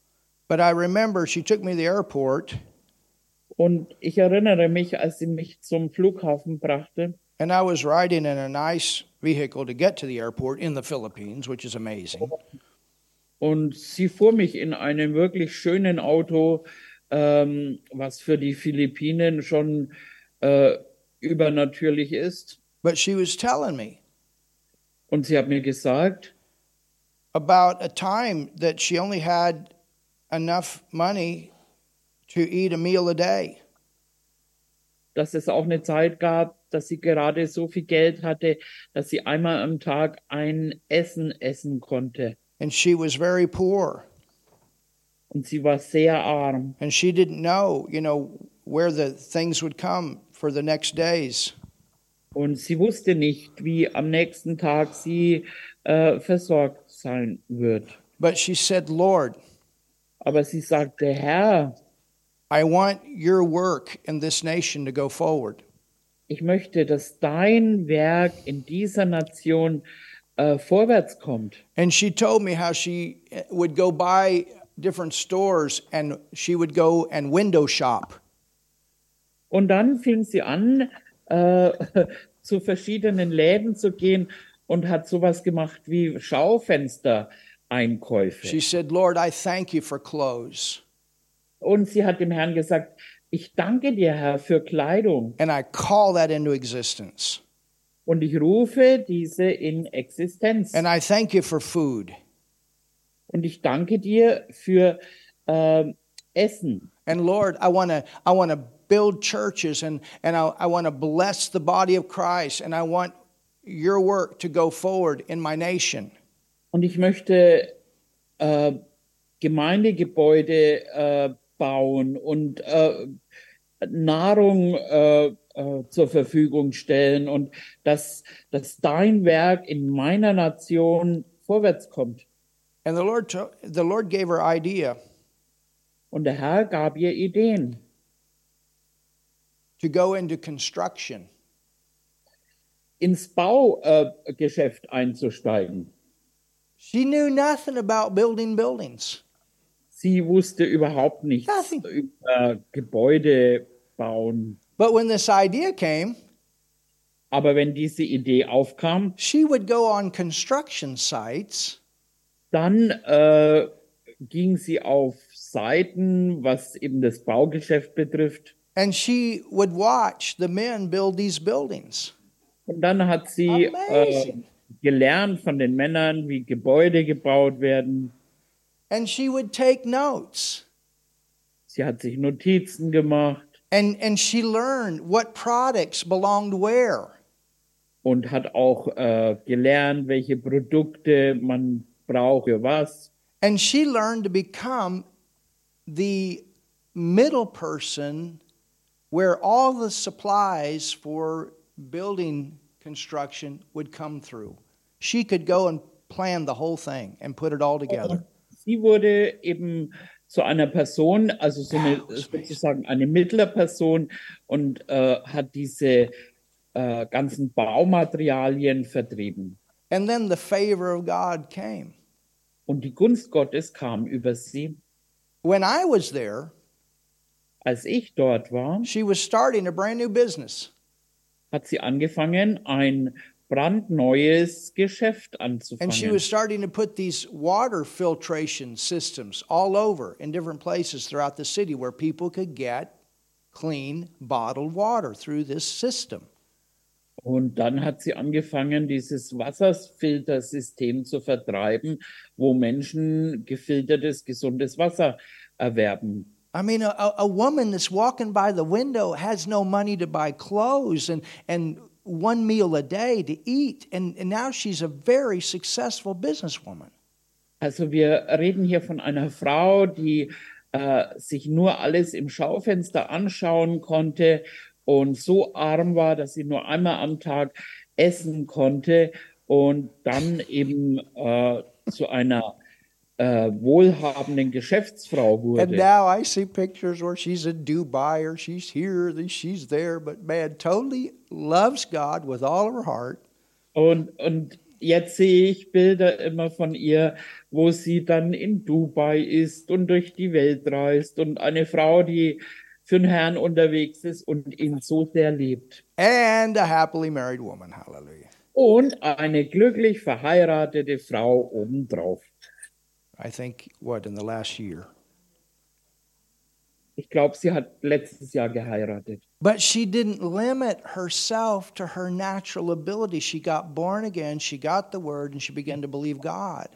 S2: But I remember she took me to the airport,
S1: Und ich erinnere mich, als sie mich zum Flughafen brachte,
S2: and I was riding in a nice vehicle to get to the airport in the Philippines, which is amazing.
S1: Und sie fuhr mich in einem wirklich schönen Auto, ähm, was für die Philippinen schon äh, übernatürlich ist.
S2: But she was telling me
S1: Und sie hat mir gesagt,
S2: about a time that she only had enough money to eat a meal a day.
S1: dass es auch eine Zeit gab, dass sie gerade so viel Geld hatte, dass sie einmal am Tag ein Essen essen konnte.
S2: And she was very poor.
S1: Und sie war sehr arm.
S2: And she didn't know, you know, where the things would come for the next days.
S1: Und sie wusste nicht, wie am nächsten Tag sie äh, versorgt sein wird.
S2: But she said, Lord,
S1: Aber sie sagte, Herr,
S2: I want your work in this nation to go forward.
S1: ich möchte, dass dein Werk in dieser Nation äh, vorwärts kommt.
S2: And she told me how she eh, would go by different stores and she would go and window shop.
S1: Und dann fing sie an, äh, zu verschiedenen Läden zu gehen und hat sowas gemacht wie Schaufenstereinkäufe.
S2: She said, Lord, I thank you for clothes.
S1: und sie hat dem Herrn gesagt, ich danke dir, Herr, für Kleidung.
S2: And I call that into existence.
S1: Und ich rufe diese in Existenz.
S2: And I thank you for food.
S1: Und ich danke dir für ähm, Essen.
S2: And Lord, I want to I want to build churches and and I, I want to bless the body of Christ and I want your work to go forward in my nation.
S1: Und ich möchte äh, Gemeindegebäude äh, bauen und äh, Nahrung äh, äh, zur Verfügung stellen und dass, dass dein Werk in meiner Nation vorwärts kommt.
S2: And the Lord to, the Lord gave her idea
S1: Und der Herr gab ihr Ideen,
S2: to go into construction.
S1: ins Baugeschäft äh, Geschäft einzusteigen.
S2: She knew nothing about building buildings.
S1: Sie wusste überhaupt nichts
S2: Nothing.
S1: über Gebäude bauen.
S2: But when this idea came,
S1: Aber wenn diese Idee aufkam,
S2: she would go on construction sites
S1: Dann äh, ging sie auf Seiten, was eben das Baugeschäft betrifft.
S2: and she would watch the men build these buildings.
S1: Und dann hat sie äh,
S2: Amazing.
S1: gelernt von den Männern, wie Gebäude gebaut werden.
S2: And she would take notes.
S1: Sie hat sich Notizen gemacht
S2: And, and she learned what products belonged where.
S1: und hat auch äh, gelernt, welche Produkte man braucht für was.
S2: And she learned to become the middle person where all the supplies for building construction would come through. She could go and plan the whole thing and put it all together.
S1: Sie wurde eben zu einer Person, also so eine, sozusagen eine Mittlerperson und äh, hat diese äh, ganzen Baumaterialien vertrieben.
S2: And then the favor of God came.
S1: Und die Gunst Gottes kam über sie.
S2: When I was there,
S1: Als ich dort war,
S2: she was starting a brand new business.
S1: hat sie angefangen, ein brandneues Geschäft
S2: And she
S1: anzufangen.
S2: was starting to put these water filtration systems all over in different places throughout the city where people could get clean bottled water through this system.
S1: Und dann hat sie angefangen, dieses Wasserfiltersystem zu vertreiben, wo Menschen gefiltertes, gesundes Wasser erwerben
S2: I mean, a- a, a woman that's walking by the window has no money to buy clothes and, and one meal a day to eat. And, and now she's a very successful businesswoman.
S1: Also wir reden hier von einer Frau, die äh, sich nur alles im Schaufenster anschauen konnte und so arm war, dass sie nur einmal am Tag essen konnte und dann eben äh, zu einer äh, wohlhabenden Geschäftsfrau
S2: And
S1: wurde.
S2: now I see pictures where she's in Dubai or she's here, or she's there, but man, totally loves God with all of her heart.
S1: Und, und jetzt sehe ich Bilder immer von ihr, wo sie dann in Dubai ist und durch die Welt reist und eine Frau, die für den Herrn unterwegs ist und ihn so sehr liebt.
S2: and a happily married woman. Hallelujah.
S1: Und eine glücklich verheiratete Frau obendrauf.
S2: I think, what, in the last year?
S1: Ich glaube, sie hat letztes Jahr geheiratet.
S2: But she didn't limit herself to her natural ability. She got born again, she got the word, and she began to believe God.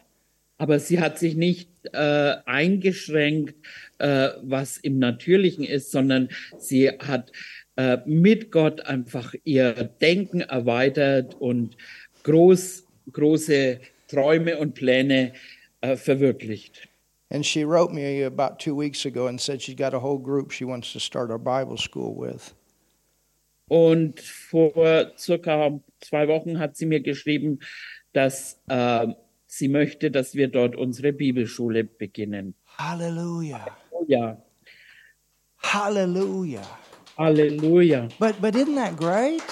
S1: Aber sie hat sich nicht äh, eingeschränkt, äh, was im Natürlichen ist, sondern sie hat äh, mit Gott einfach ihr Denken erweitert und groß, große Träume und Pläne äh, verwirklicht.
S2: And she wrote me about two weeks ago and said she's got a whole group she wants to start a Bible school with.
S1: Und vor circa zwei Wochen hat sie mir geschrieben, dass äh, sie möchte, dass wir dort unsere Bibelschule beginnen.
S2: Hallelujah.
S1: Oh ja,
S2: Hallelujah.
S1: Halleluja.
S2: But but isn't that great?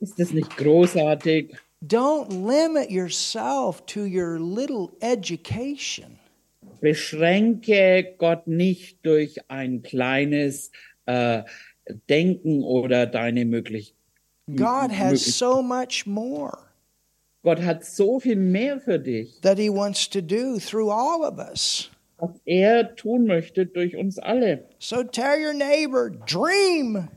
S1: Ist das nicht großartig?
S2: Don't limit yourself to your little education.
S1: Beschränke Gott nicht durch ein kleines äh, Denken oder deine Möglichkeit.
S2: God has so much more
S1: Gott hat so viel mehr für dich,
S2: that he wants to do through all of us.
S1: was er tun möchte durch uns alle.
S2: So tell your neighbor, dream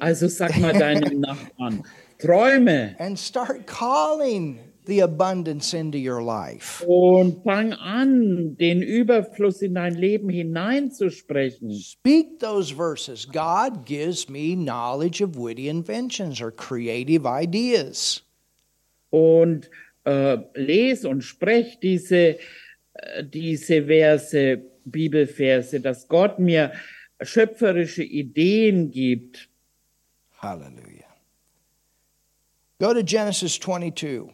S1: Also sag mal deinem Nachbarn, träume
S2: and start calling the abundance into your life.
S1: und fang an, den Überfluss in dein Leben hineinzusprechen.
S2: Speak those verses. God gives me knowledge of witty inventions or creative ideas.
S1: und äh, les und sprech diese, äh, diese Verse, Bibelverse, dass Gott mir schöpferische Ideen gibt.
S2: Hallelujah. Go to Genesis 22.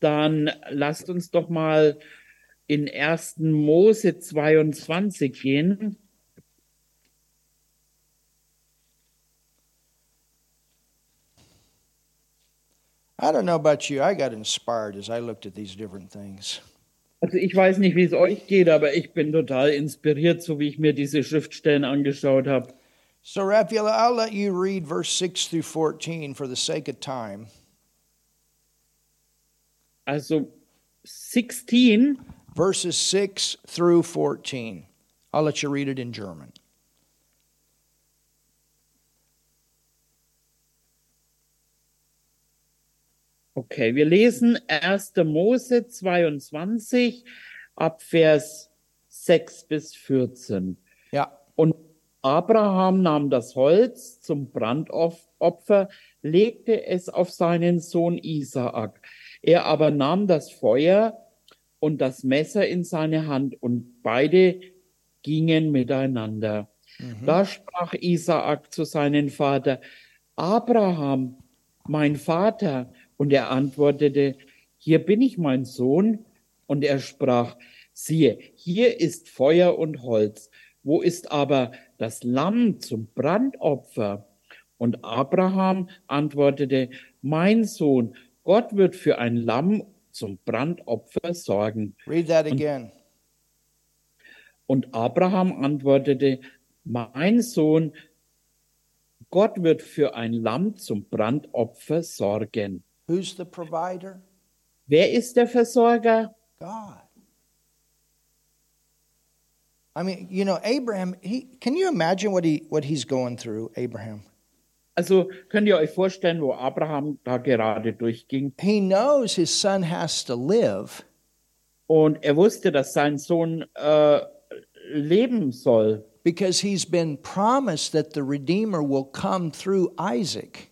S1: Dann lasst uns doch mal in 1. Mose 22 gehen.
S2: I don't know about you. I got inspired as I looked at these different things.
S1: Also ich weiß nicht, wie es euch geht, aber ich bin total inspiriert, so wie ich mir diese Schriftstellen angeschaut habe.
S2: So, Raphael, I'll let you read verse 6 through 14 for the sake of time.
S1: Also 16,
S2: Verses 6 through 14. I'll let you read it in German.
S1: Okay, wir lesen 1. Mose 22 ab Vers 6 bis 14.
S2: Yeah.
S1: Und Abraham nahm das Holz zum Brandopfer, legte es auf seinen Sohn Isaak. Er aber nahm das Feuer und das Messer in seine Hand und beide gingen miteinander. Da sprach Isaak zu seinem Vater, Abraham, mein Vater. Und er antwortete, hier bin ich, mein Sohn. Und er sprach, siehe, hier ist Feuer und Holz. Wo ist aber das Lamm zum Brandopfer? Und Abraham antwortete, mein Sohn, Gott wird für ein Lamm zum Brandopfer sorgen.
S2: Read that again.
S1: Und Abraham antwortete, mein Sohn, Gott wird für ein Lamm zum Brandopfer sorgen.
S2: Who's the provider?
S1: Wer ist der Versorger?
S2: God. I mean, you know, Abraham, he, can you imagine what, he, what he's going through, Abraham?
S1: Also könnt ihr euch vorstellen, wo Abraham da gerade durchging.
S2: He knows his son has to live,
S1: Und er wusste, dass sein Sohn äh, leben soll,
S2: because he's been promised that the Redeemer will come through Isaac.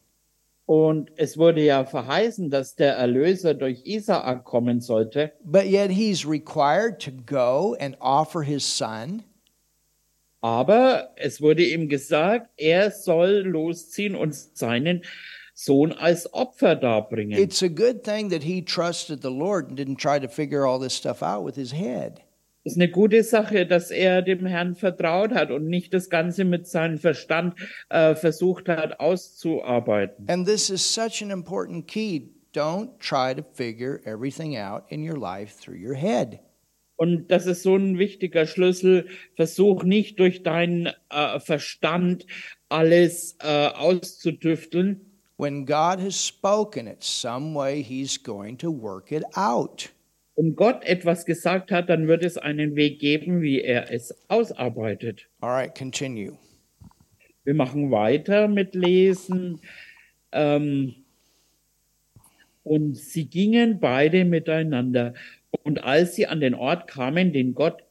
S1: Und es wurde ja verheißen, dass der Erlöser durch Isaak kommen sollte.
S2: But yet he's required to go and offer his son.
S1: Aber es wurde ihm gesagt, er soll losziehen und seinen Sohn als Opfer darbringen.
S2: It's a good thing that he trusted the Lord and didn't try to figure all this stuff out with his head.
S1: ist eine gute Sache, dass er dem Herrn vertraut hat und nicht das Ganze mit seinem Verstand äh, versucht hat auszuarbeiten.
S2: And this is such an important key. Don't try to figure everything out in your life through your head.
S1: Und das ist so ein wichtiger Schlüssel. Versuch nicht durch deinen äh, Verstand alles äh, auszutüfteln,
S2: When God has spoken it, some way he's going to work it out.
S1: wenn Gott etwas gesagt hat, dann wird es einen Weg geben, wie er es ausarbeitet.
S2: All right, continue.
S1: Wir machen weiter mit Lesen. Ähm, und sie gingen beide miteinander. Und als sie an den Ort kamen, den Gott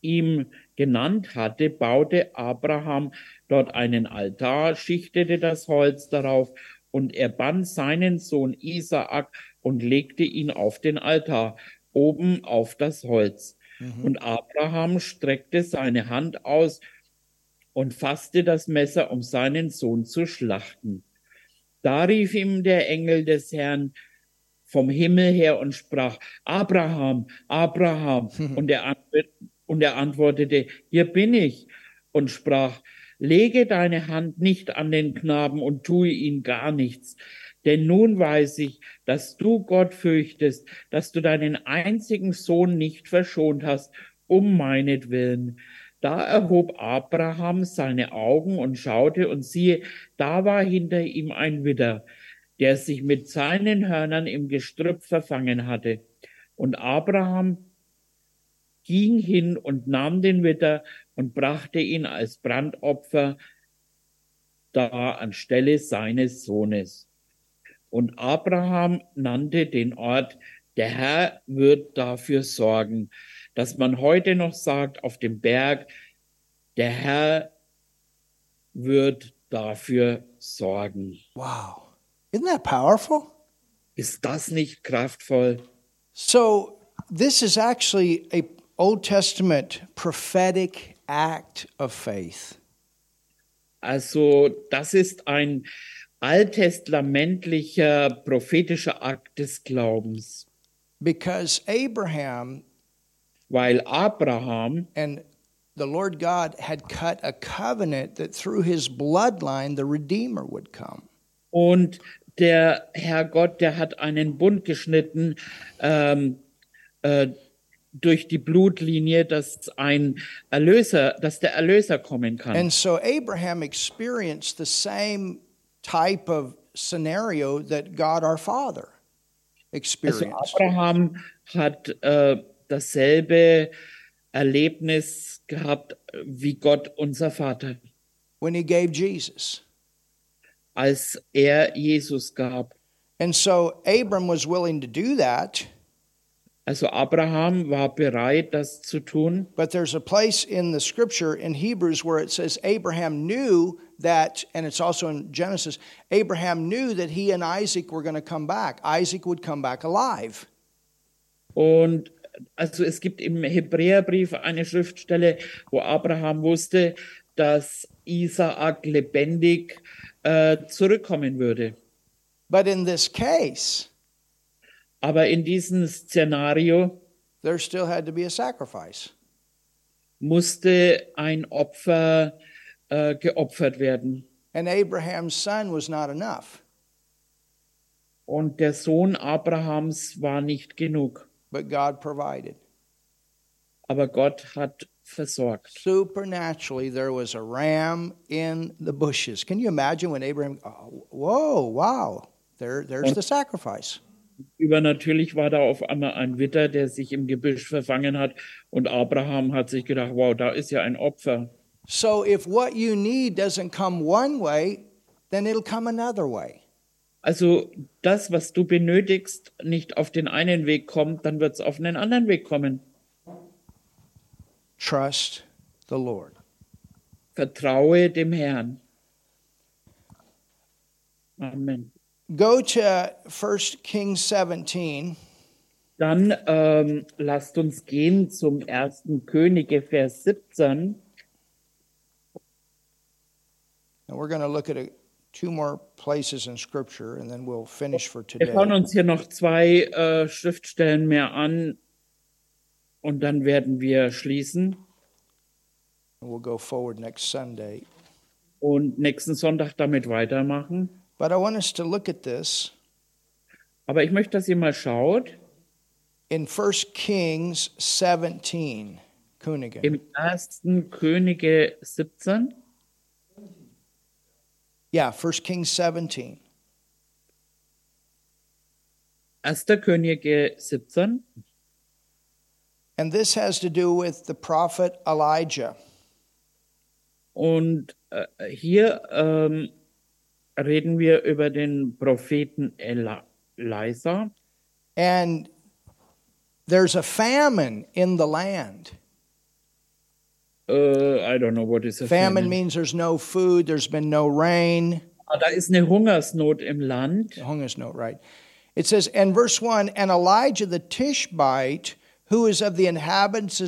S1: ihm genannt hatte, baute Abraham dort einen Altar, schichtete das Holz darauf und er band seinen Sohn Isaak und legte ihn auf den Altar, oben auf das Holz.
S2: Mhm.
S1: Und Abraham streckte seine Hand aus und fasste das Messer, um seinen Sohn zu schlachten. Da rief ihm der Engel des Herrn vom Himmel her und sprach, Abraham, Abraham. Und er, antw- und er antwortete, hier bin ich. Und sprach, lege deine Hand nicht an den Knaben und tue ihm gar nichts. Denn nun weiß ich, dass du Gott fürchtest, dass du deinen einzigen Sohn nicht verschont hast, um meinetwillen. Da erhob Abraham seine Augen und schaute, und siehe, da war hinter ihm ein Widder, der sich mit seinen Hörnern im Gestrüpp verfangen hatte. Und Abraham ging hin und nahm den Widder und brachte ihn als Brandopfer da anstelle seines Sohnes. Und Abraham nannte den Ort, der Herr wird dafür sorgen, dass man heute noch sagt auf dem Berg, der Herr wird dafür sorgen.
S2: Wow. Isn't that powerful?
S1: Ist das nicht kraftvoll?
S2: So, this is actually a Old Testament prophetic act of faith.
S1: Also das ist ein alttestamentlicher prophetischer Akt des Glaubens,
S2: because Abraham
S1: weil Abraham
S2: and the Lord God had cut a covenant that through his bloodline the Redeemer would come.
S1: und der Herr Gott, der hat einen Bund geschnitten ähm, äh, durch die Blutlinie, dass ein Erlöser, dass der Erlöser kommen kann.
S2: And so Abraham experienced the same type of scenario that God our Father
S1: Also
S2: experienced.
S1: Abraham hat äh, dasselbe Erlebnis gehabt wie Gott unser Vater,
S2: when he gave Jesus.
S1: als er Jesus gab.
S2: And so Abram was willing to do that,
S1: Also Abraham war bereit, das zu tun.
S2: but there's a place in the scripture in Hebrews where it says Abraham knew that, and it's also in Genesis, Abraham knew that he and Isaac were going to come back. Isaac would come back alive.
S1: Und also es gibt im Hebräerbrief eine Schriftstelle, wo Abraham wusste, dass Isaak lebendig äh, zurückkommen würde.
S2: But in this case,
S1: Aber in diesem Szenario
S2: there still had to be a sacrifice.
S1: musste ein Opfer äh, geopfert werden.
S2: And Abraham's son was not enough.
S1: Und der Sohn Abrahams war nicht genug.
S2: But God provided.
S1: Aber Gott hat versorgt.
S2: Supernaturally, there was a ram in the bushes. Can you imagine when Abraham, oh, whoa, wow, there, there's the sacrifice.
S1: Übernatürlich war da auf einmal ein Witter, der sich im Gebüsch verfangen hat. Und Abraham hat sich gedacht, wow, da ist ja ein Opfer.
S2: So if what you need doesn't come one way, then it'll come another way.
S1: Also das, was du benötigst, nicht auf den einen Weg kommt, dann wird es auf einen anderen Weg kommen.
S2: Trust the Lord.
S1: Vertraue dem Herrn. Amen.
S2: Go to 1 Kings 17.
S1: Dann ähm, lasst uns gehen zum ersten Könige, Vers 17.
S2: And we're going to look at a, two more places in Scripture, and then we'll finish for
S1: Wir
S2: today.
S1: schauen uns hier noch zwei äh, Schriftstellen mehr an und dann werden wir schließen.
S2: And we'll go forward next Sunday.
S1: und nächsten Sonntag damit weitermachen.
S2: But I want us to look at this
S1: Aber ich möchte, dass ihr mal schaut
S2: in 1 Kings 17, Kunigan.
S1: im ersten Könige 17,
S2: Yeah, 1 Kings 17.
S1: erster Könige 17
S2: And this has to do with the prophet Elijah.
S1: Und äh, hier ähm, reden wir über den Propheten Eli- Elisa.
S2: And there's a famine in the land.
S1: Äh, I don't know what is a
S2: Famine
S1: famine.
S2: means there's no food, there's been no rain.
S1: Ah, Da ist eine Hungersnot im Land.
S2: Hunger's note, right? It says, and verse 1 And Elijah the Tishbite, who is of the inhabitants,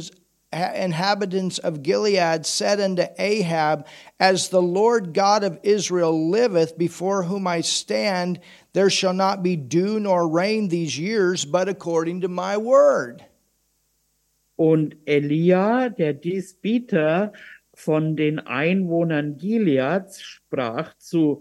S2: ha- inhabitants of Gilead, said unto Ahab, As the Lord God of Israel liveth, before whom I stand, there shall not be dew nor rain these years, but according to my word.
S1: Und Elia, der Dispiter von den Einwohnern Gileads, sprach zu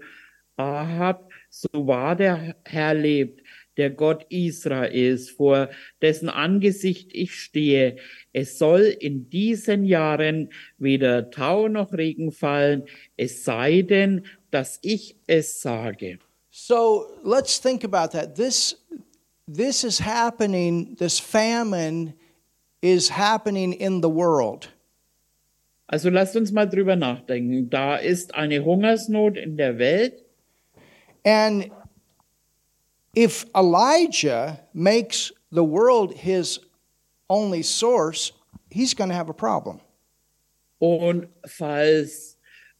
S1: Ahab, so wahr der Herr lebt, der Gott Israels, vor dessen Angesicht ich stehe. Es soll in diesen Jahren weder Tau noch Regen fallen, es sei denn, dass ich es sage.
S2: So let's think about that. This, this is happening, this famine is happening in the world.
S1: Also lasst uns mal drüber nachdenken. Da ist eine Hungersnot in der Welt.
S2: And if Elijah makes the world his only source, he's going to have a problem.
S1: Und falls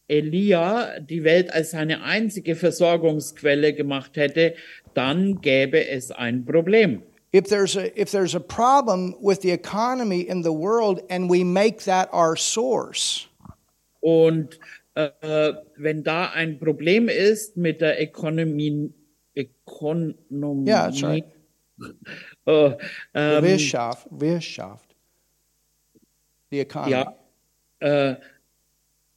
S1: Elia die Welt als seine einzige Versorgungsquelle gemacht hätte, dann gäbe es ein Problem.
S2: If there's a, if there's a problem with the economy in the world and we make that our source,
S1: Und äh, wenn da ein Problem ist mit der Ökonomie, Ökonomie
S2: Yeah, that's right.
S1: äh, ähm,
S2: Wirtschaft, Wirtschaft, the economy.
S1: ja, äh,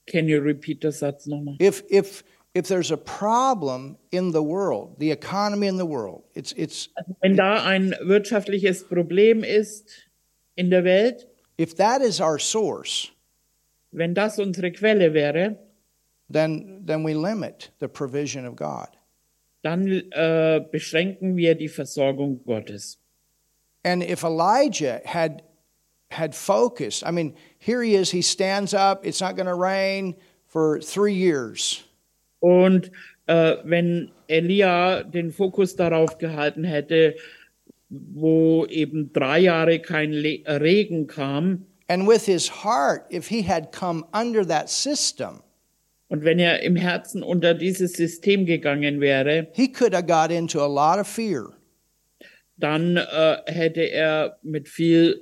S1: can you repeat the Satz nochmal?
S2: If, if, if there's a problem in the world, the economy in the world, it's, it's,
S1: Wenn da ein wirtschaftliches Problem ist in der Welt,
S2: if that is our source,
S1: wenn das unsere Quelle wäre,
S2: then, then we limit the provision of God.
S1: dann äh, beschränken wir die Versorgung Gottes.
S2: And if Elijah had had focused, I mean, here he is, he stands up, it's not going to rain for 3 years.
S1: Und äh, wenn Elia den Fokus darauf gehalten hätte, wo eben drei Jahre kein Le Regen kam,
S2: And with his heart, if he had come under that system,
S1: und wenn er im Herzen unter dieses System gegangen wäre,
S2: he could have got into a lot of fear.
S1: dann äh, hätte er mit viel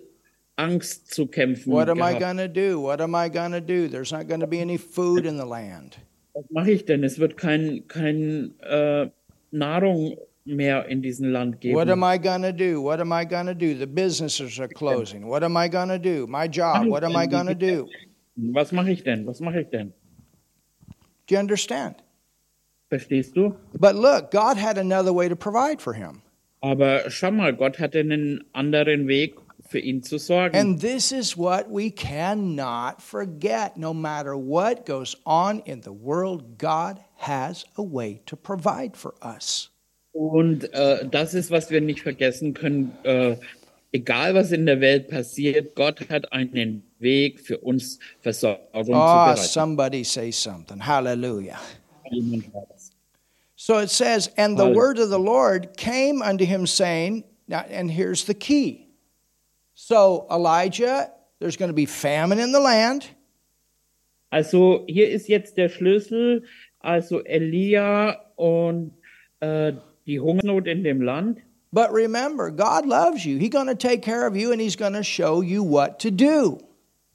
S1: Angst zu kämpfen
S2: What am I
S1: gehabt.
S2: going to do? What am I going to do? There's not going to be any food in the land.
S1: Was mache ich denn? Es wird kein, kein äh, Nahrung mehr in diesem Land geben.
S2: What am I going to do? What am I going to do? The businesses are closing. What am I going to do? My job. What am I going to do?
S1: Was mache ich denn? Was mache ich denn?
S2: Do you understand?
S1: Verstehst du?
S2: But look, God had another way to provide for him.
S1: Aber schau mal, Gott hatte einen anderen Weg für ihn zu sorgen.
S2: And this is what we cannot forget. No matter what goes on in the world, God has a way to provide for us.
S1: Und äh, das ist, was wir nicht vergessen können. Äh, egal, was in der Welt passiert, Gott hat einen Weg für uns Versorgung
S2: Ah,
S1: zu bereiten.
S2: somebody say something. Hallelujah.
S1: Jemand war das.
S2: So it says, And the
S1: Hallelujah.
S2: word of the Lord came unto him, saying, now, And here's the key. So, Elijah, there's going to be famine in the land.
S1: Also hier ist jetzt der Schlüssel. Also Elia und äh, die Hungersnot in dem Land.
S2: But remember, God loves you. He's going to take care of you and He's going to show you what to do.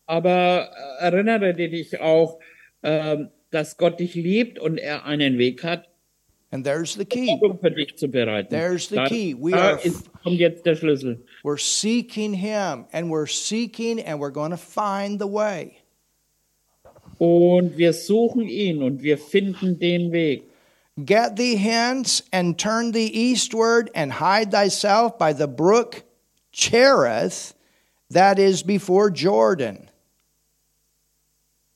S1: Aber äh, erinnere dich auch, ähm, dass Gott dich liebt und er einen Weg hat,
S2: And there's the key.
S1: Versorgung für dich zu bereiten.
S2: There's the
S1: da
S2: key. We
S1: da
S2: are-
S1: ist, kommt jetzt der Schlüssel.
S2: We're seeking Him and we're seeking and we're going to find the way.
S1: Und wir suchen ihn und wir finden den Weg.
S2: Get thee hence and turn thee eastward and hide thyself by the brook Cherith that is before Jordan.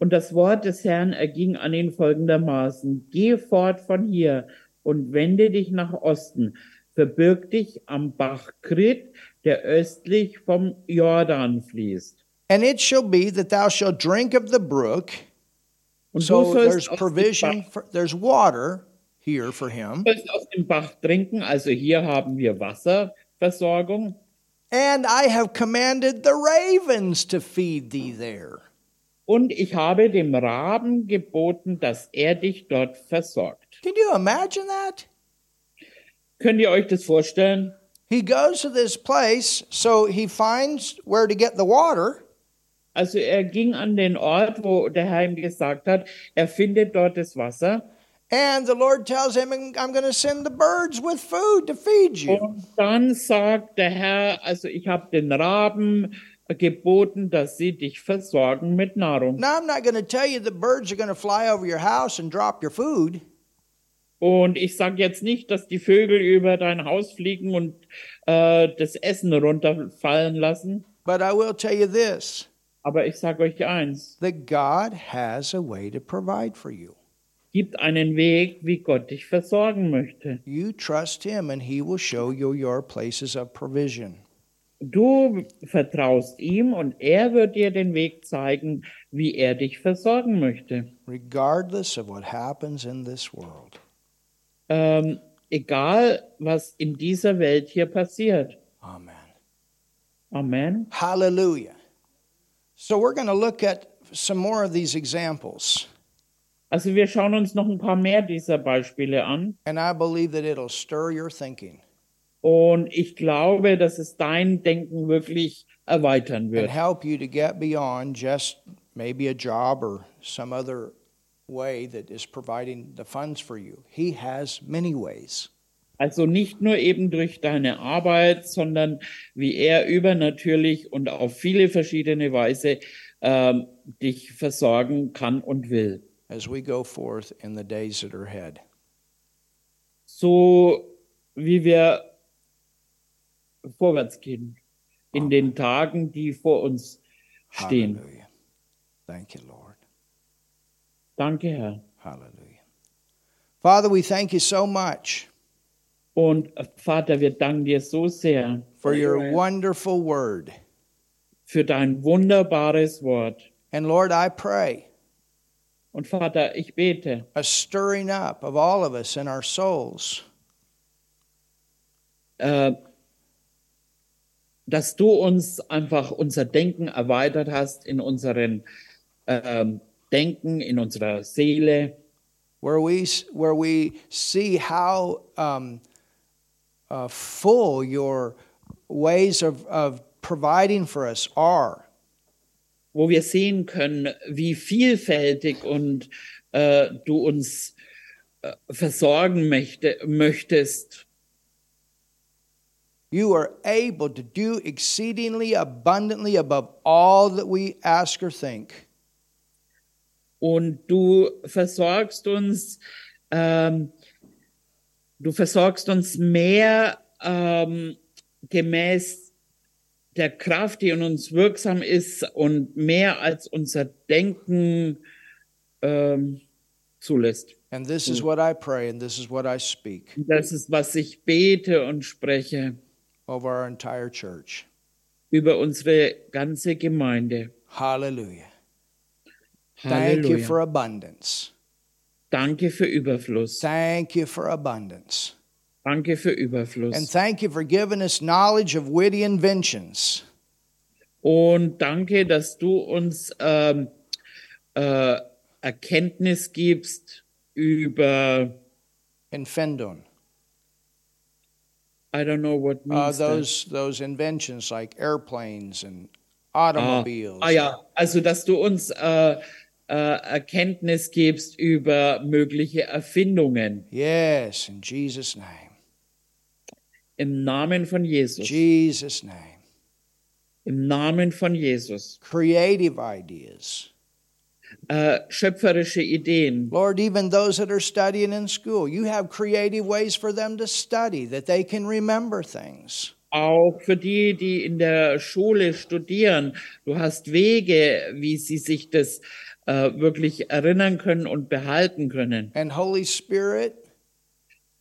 S1: Und das Wort des Herrn erging an ihn folgendermaßen. Geh fort von hier und wende dich nach Osten. Verbirg dich am Bach Krit, der östlich vom Jordan fließt.
S2: And it shall be that thou shalt drink of the brook.
S1: Und
S2: So
S1: du sollst
S2: there's
S1: aus dem
S2: provision,
S1: Bach-
S2: for, there's water here for him.
S1: du sollst aus dem Bach trinken. Also hier haben wir Wasserversorgung.
S2: And I have commanded the ravens to feed thee there.
S1: Und ich habe dem Raben geboten, dass er dich dort versorgt.
S2: Can you imagine that?
S1: Könnt ihr euch das vorstellen?
S2: He goes to this place, so he finds where to get the water,
S1: Also er ging an den Ort, wo der Herr ihm gesagt hat, er findet dort das Wasser.
S2: and the Lord tells him, I'm going to send the birds with food to feed you.
S1: Und dann sagt der Herr, also ich habe den Raben geboten, dass sie dich versorgen mit Nahrung.
S2: Now, I'm not going to tell you the birds are going to fly over your house and drop your food.
S1: Und ich sage jetzt nicht, dass die Vögel über dein Haus fliegen und äh, das Essen runterfallen lassen,
S2: But I will tell you this
S1: aber ich sage euch eins,
S2: that God has a way to provide for you.
S1: gibt einen Weg, wie Gott dich versorgen möchte.
S2: You trust Him, and He will show you your places of provision.
S1: Du vertraust ihm und er wird dir den Weg zeigen, wie er dich versorgen möchte.
S2: regardless of what happens in this world.
S1: Ähm, egal, was in dieser Welt hier passiert.
S2: Amen.
S1: Amen.
S2: Hallelujah. So we're going to look at some more of these examples,
S1: Also wir schauen uns noch ein paar mehr dieser Beispiele an.
S2: and I believe that it'll stir your thinking
S1: Und ich glaube, dass es dein Denken wirklich erweitern
S2: and
S1: wird.
S2: help you to get beyond just maybe a job or some other way that is providing the funds for you. He has many ways.
S1: Also nicht nur eben durch deine Arbeit, sondern wie er übernatürlich und auf viele verschiedene Weise ähm, dich versorgen kann und will.
S2: As we go forth in the days that are ahead,
S1: So wie wir vorwärts gehen in den Tagen, die vor uns stehen.
S2: Hallelujah. Thank you, Lord.
S1: Danke, Herr.
S2: Hallelujah. Father, we thank you so much.
S1: Und äh, Vater, wir danken dir so sehr Äh,
S2: for your wonderful word.
S1: für dein wunderbares Wort.
S2: And Lord, I pray
S1: Und Vater, ich bete,
S2: a stirring up of all of us in our souls
S1: äh, dass du uns einfach unser Denken erweitert hast in unseren ähm, Denken, in unserer Seele,
S2: where we, where we see how um, uh, full your ways of, of providing for us are.
S1: wo wir sehen können, wie vielfältig und äh, du uns äh, versorgen möchte, möchtest.
S2: You are able to do exceedingly abundantly above all that we ask or think.
S1: Und du versorgst uns, ähm, du versorgst uns mehr ähm, gemäß der Kraft, die in uns wirksam ist und mehr als unser Denken ähm, zulässt.
S2: And this
S1: Mm.
S2: is what I pray and this is what I speak
S1: Und Das ist, was ich bete und spreche
S2: over our entire church.
S1: über unsere ganze Gemeinde.
S2: Hallelujah. Thank you
S1: Halleluja.
S2: for abundance.
S1: Danke für Überfluss.
S2: Thank you for abundance.
S1: Danke für
S2: And
S1: Überfluss.
S2: thank you for giving us knowledge of witty inventions.
S1: Und danke, dass du uns ähm, äh, Erkenntnis gibst über,
S2: Infendon.
S1: I don't know what
S2: Uh,
S1: means that.
S2: those those inventions like airplanes and automobiles.
S1: Ah ja, also dass du uns äh, äh, Erkenntnis gibst über mögliche Erfindungen
S2: Yes, in Jesus' name.
S1: im Namen von Jesus.
S2: Jesus' name.
S1: Im Namen von Jesus.
S2: Creative ideas.
S1: Äh, schöpferische Ideen.
S2: Lord, even those that are studying in school, you have creative ways for them to study that they can remember things.
S1: Auch für die, die in der Schule studieren, du hast Wege, wie sie sich das äh, wirklich erinnern können und behalten können.
S2: And Holy Spirit,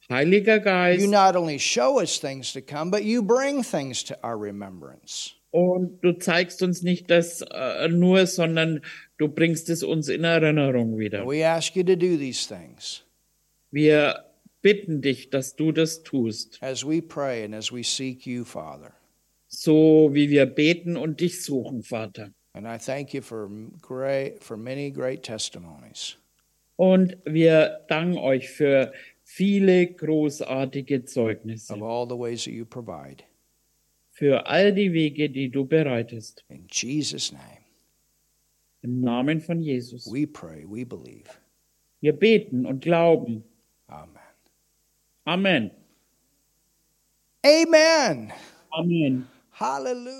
S1: Heiliger
S2: You
S1: Geist,
S2: not only show us things to come, but you bring things to our remembrance.
S1: und du zeigst uns nicht das äh, nur, sondern du bringst es uns in Erinnerung wieder.
S2: We ask you to do these things
S1: Wir bitten dich, dass du das tust,
S2: as we pray and as we seek you, Father.
S1: so wie wir beten und dich suchen, Vater.
S2: And I thank you for great for many great testimonies.
S1: Und wir danken euch für viele großartige Zeugnisse,
S2: of all the ways that you provide.
S1: für all die Wege, die du bereitest.
S2: In Jesus' name,
S1: Im Namen von Jesus.
S2: we pray, we believe.
S1: Wir beten und glauben.
S2: Amen.
S1: Amen.
S2: Amen.
S1: Amen.
S2: Hallelujah.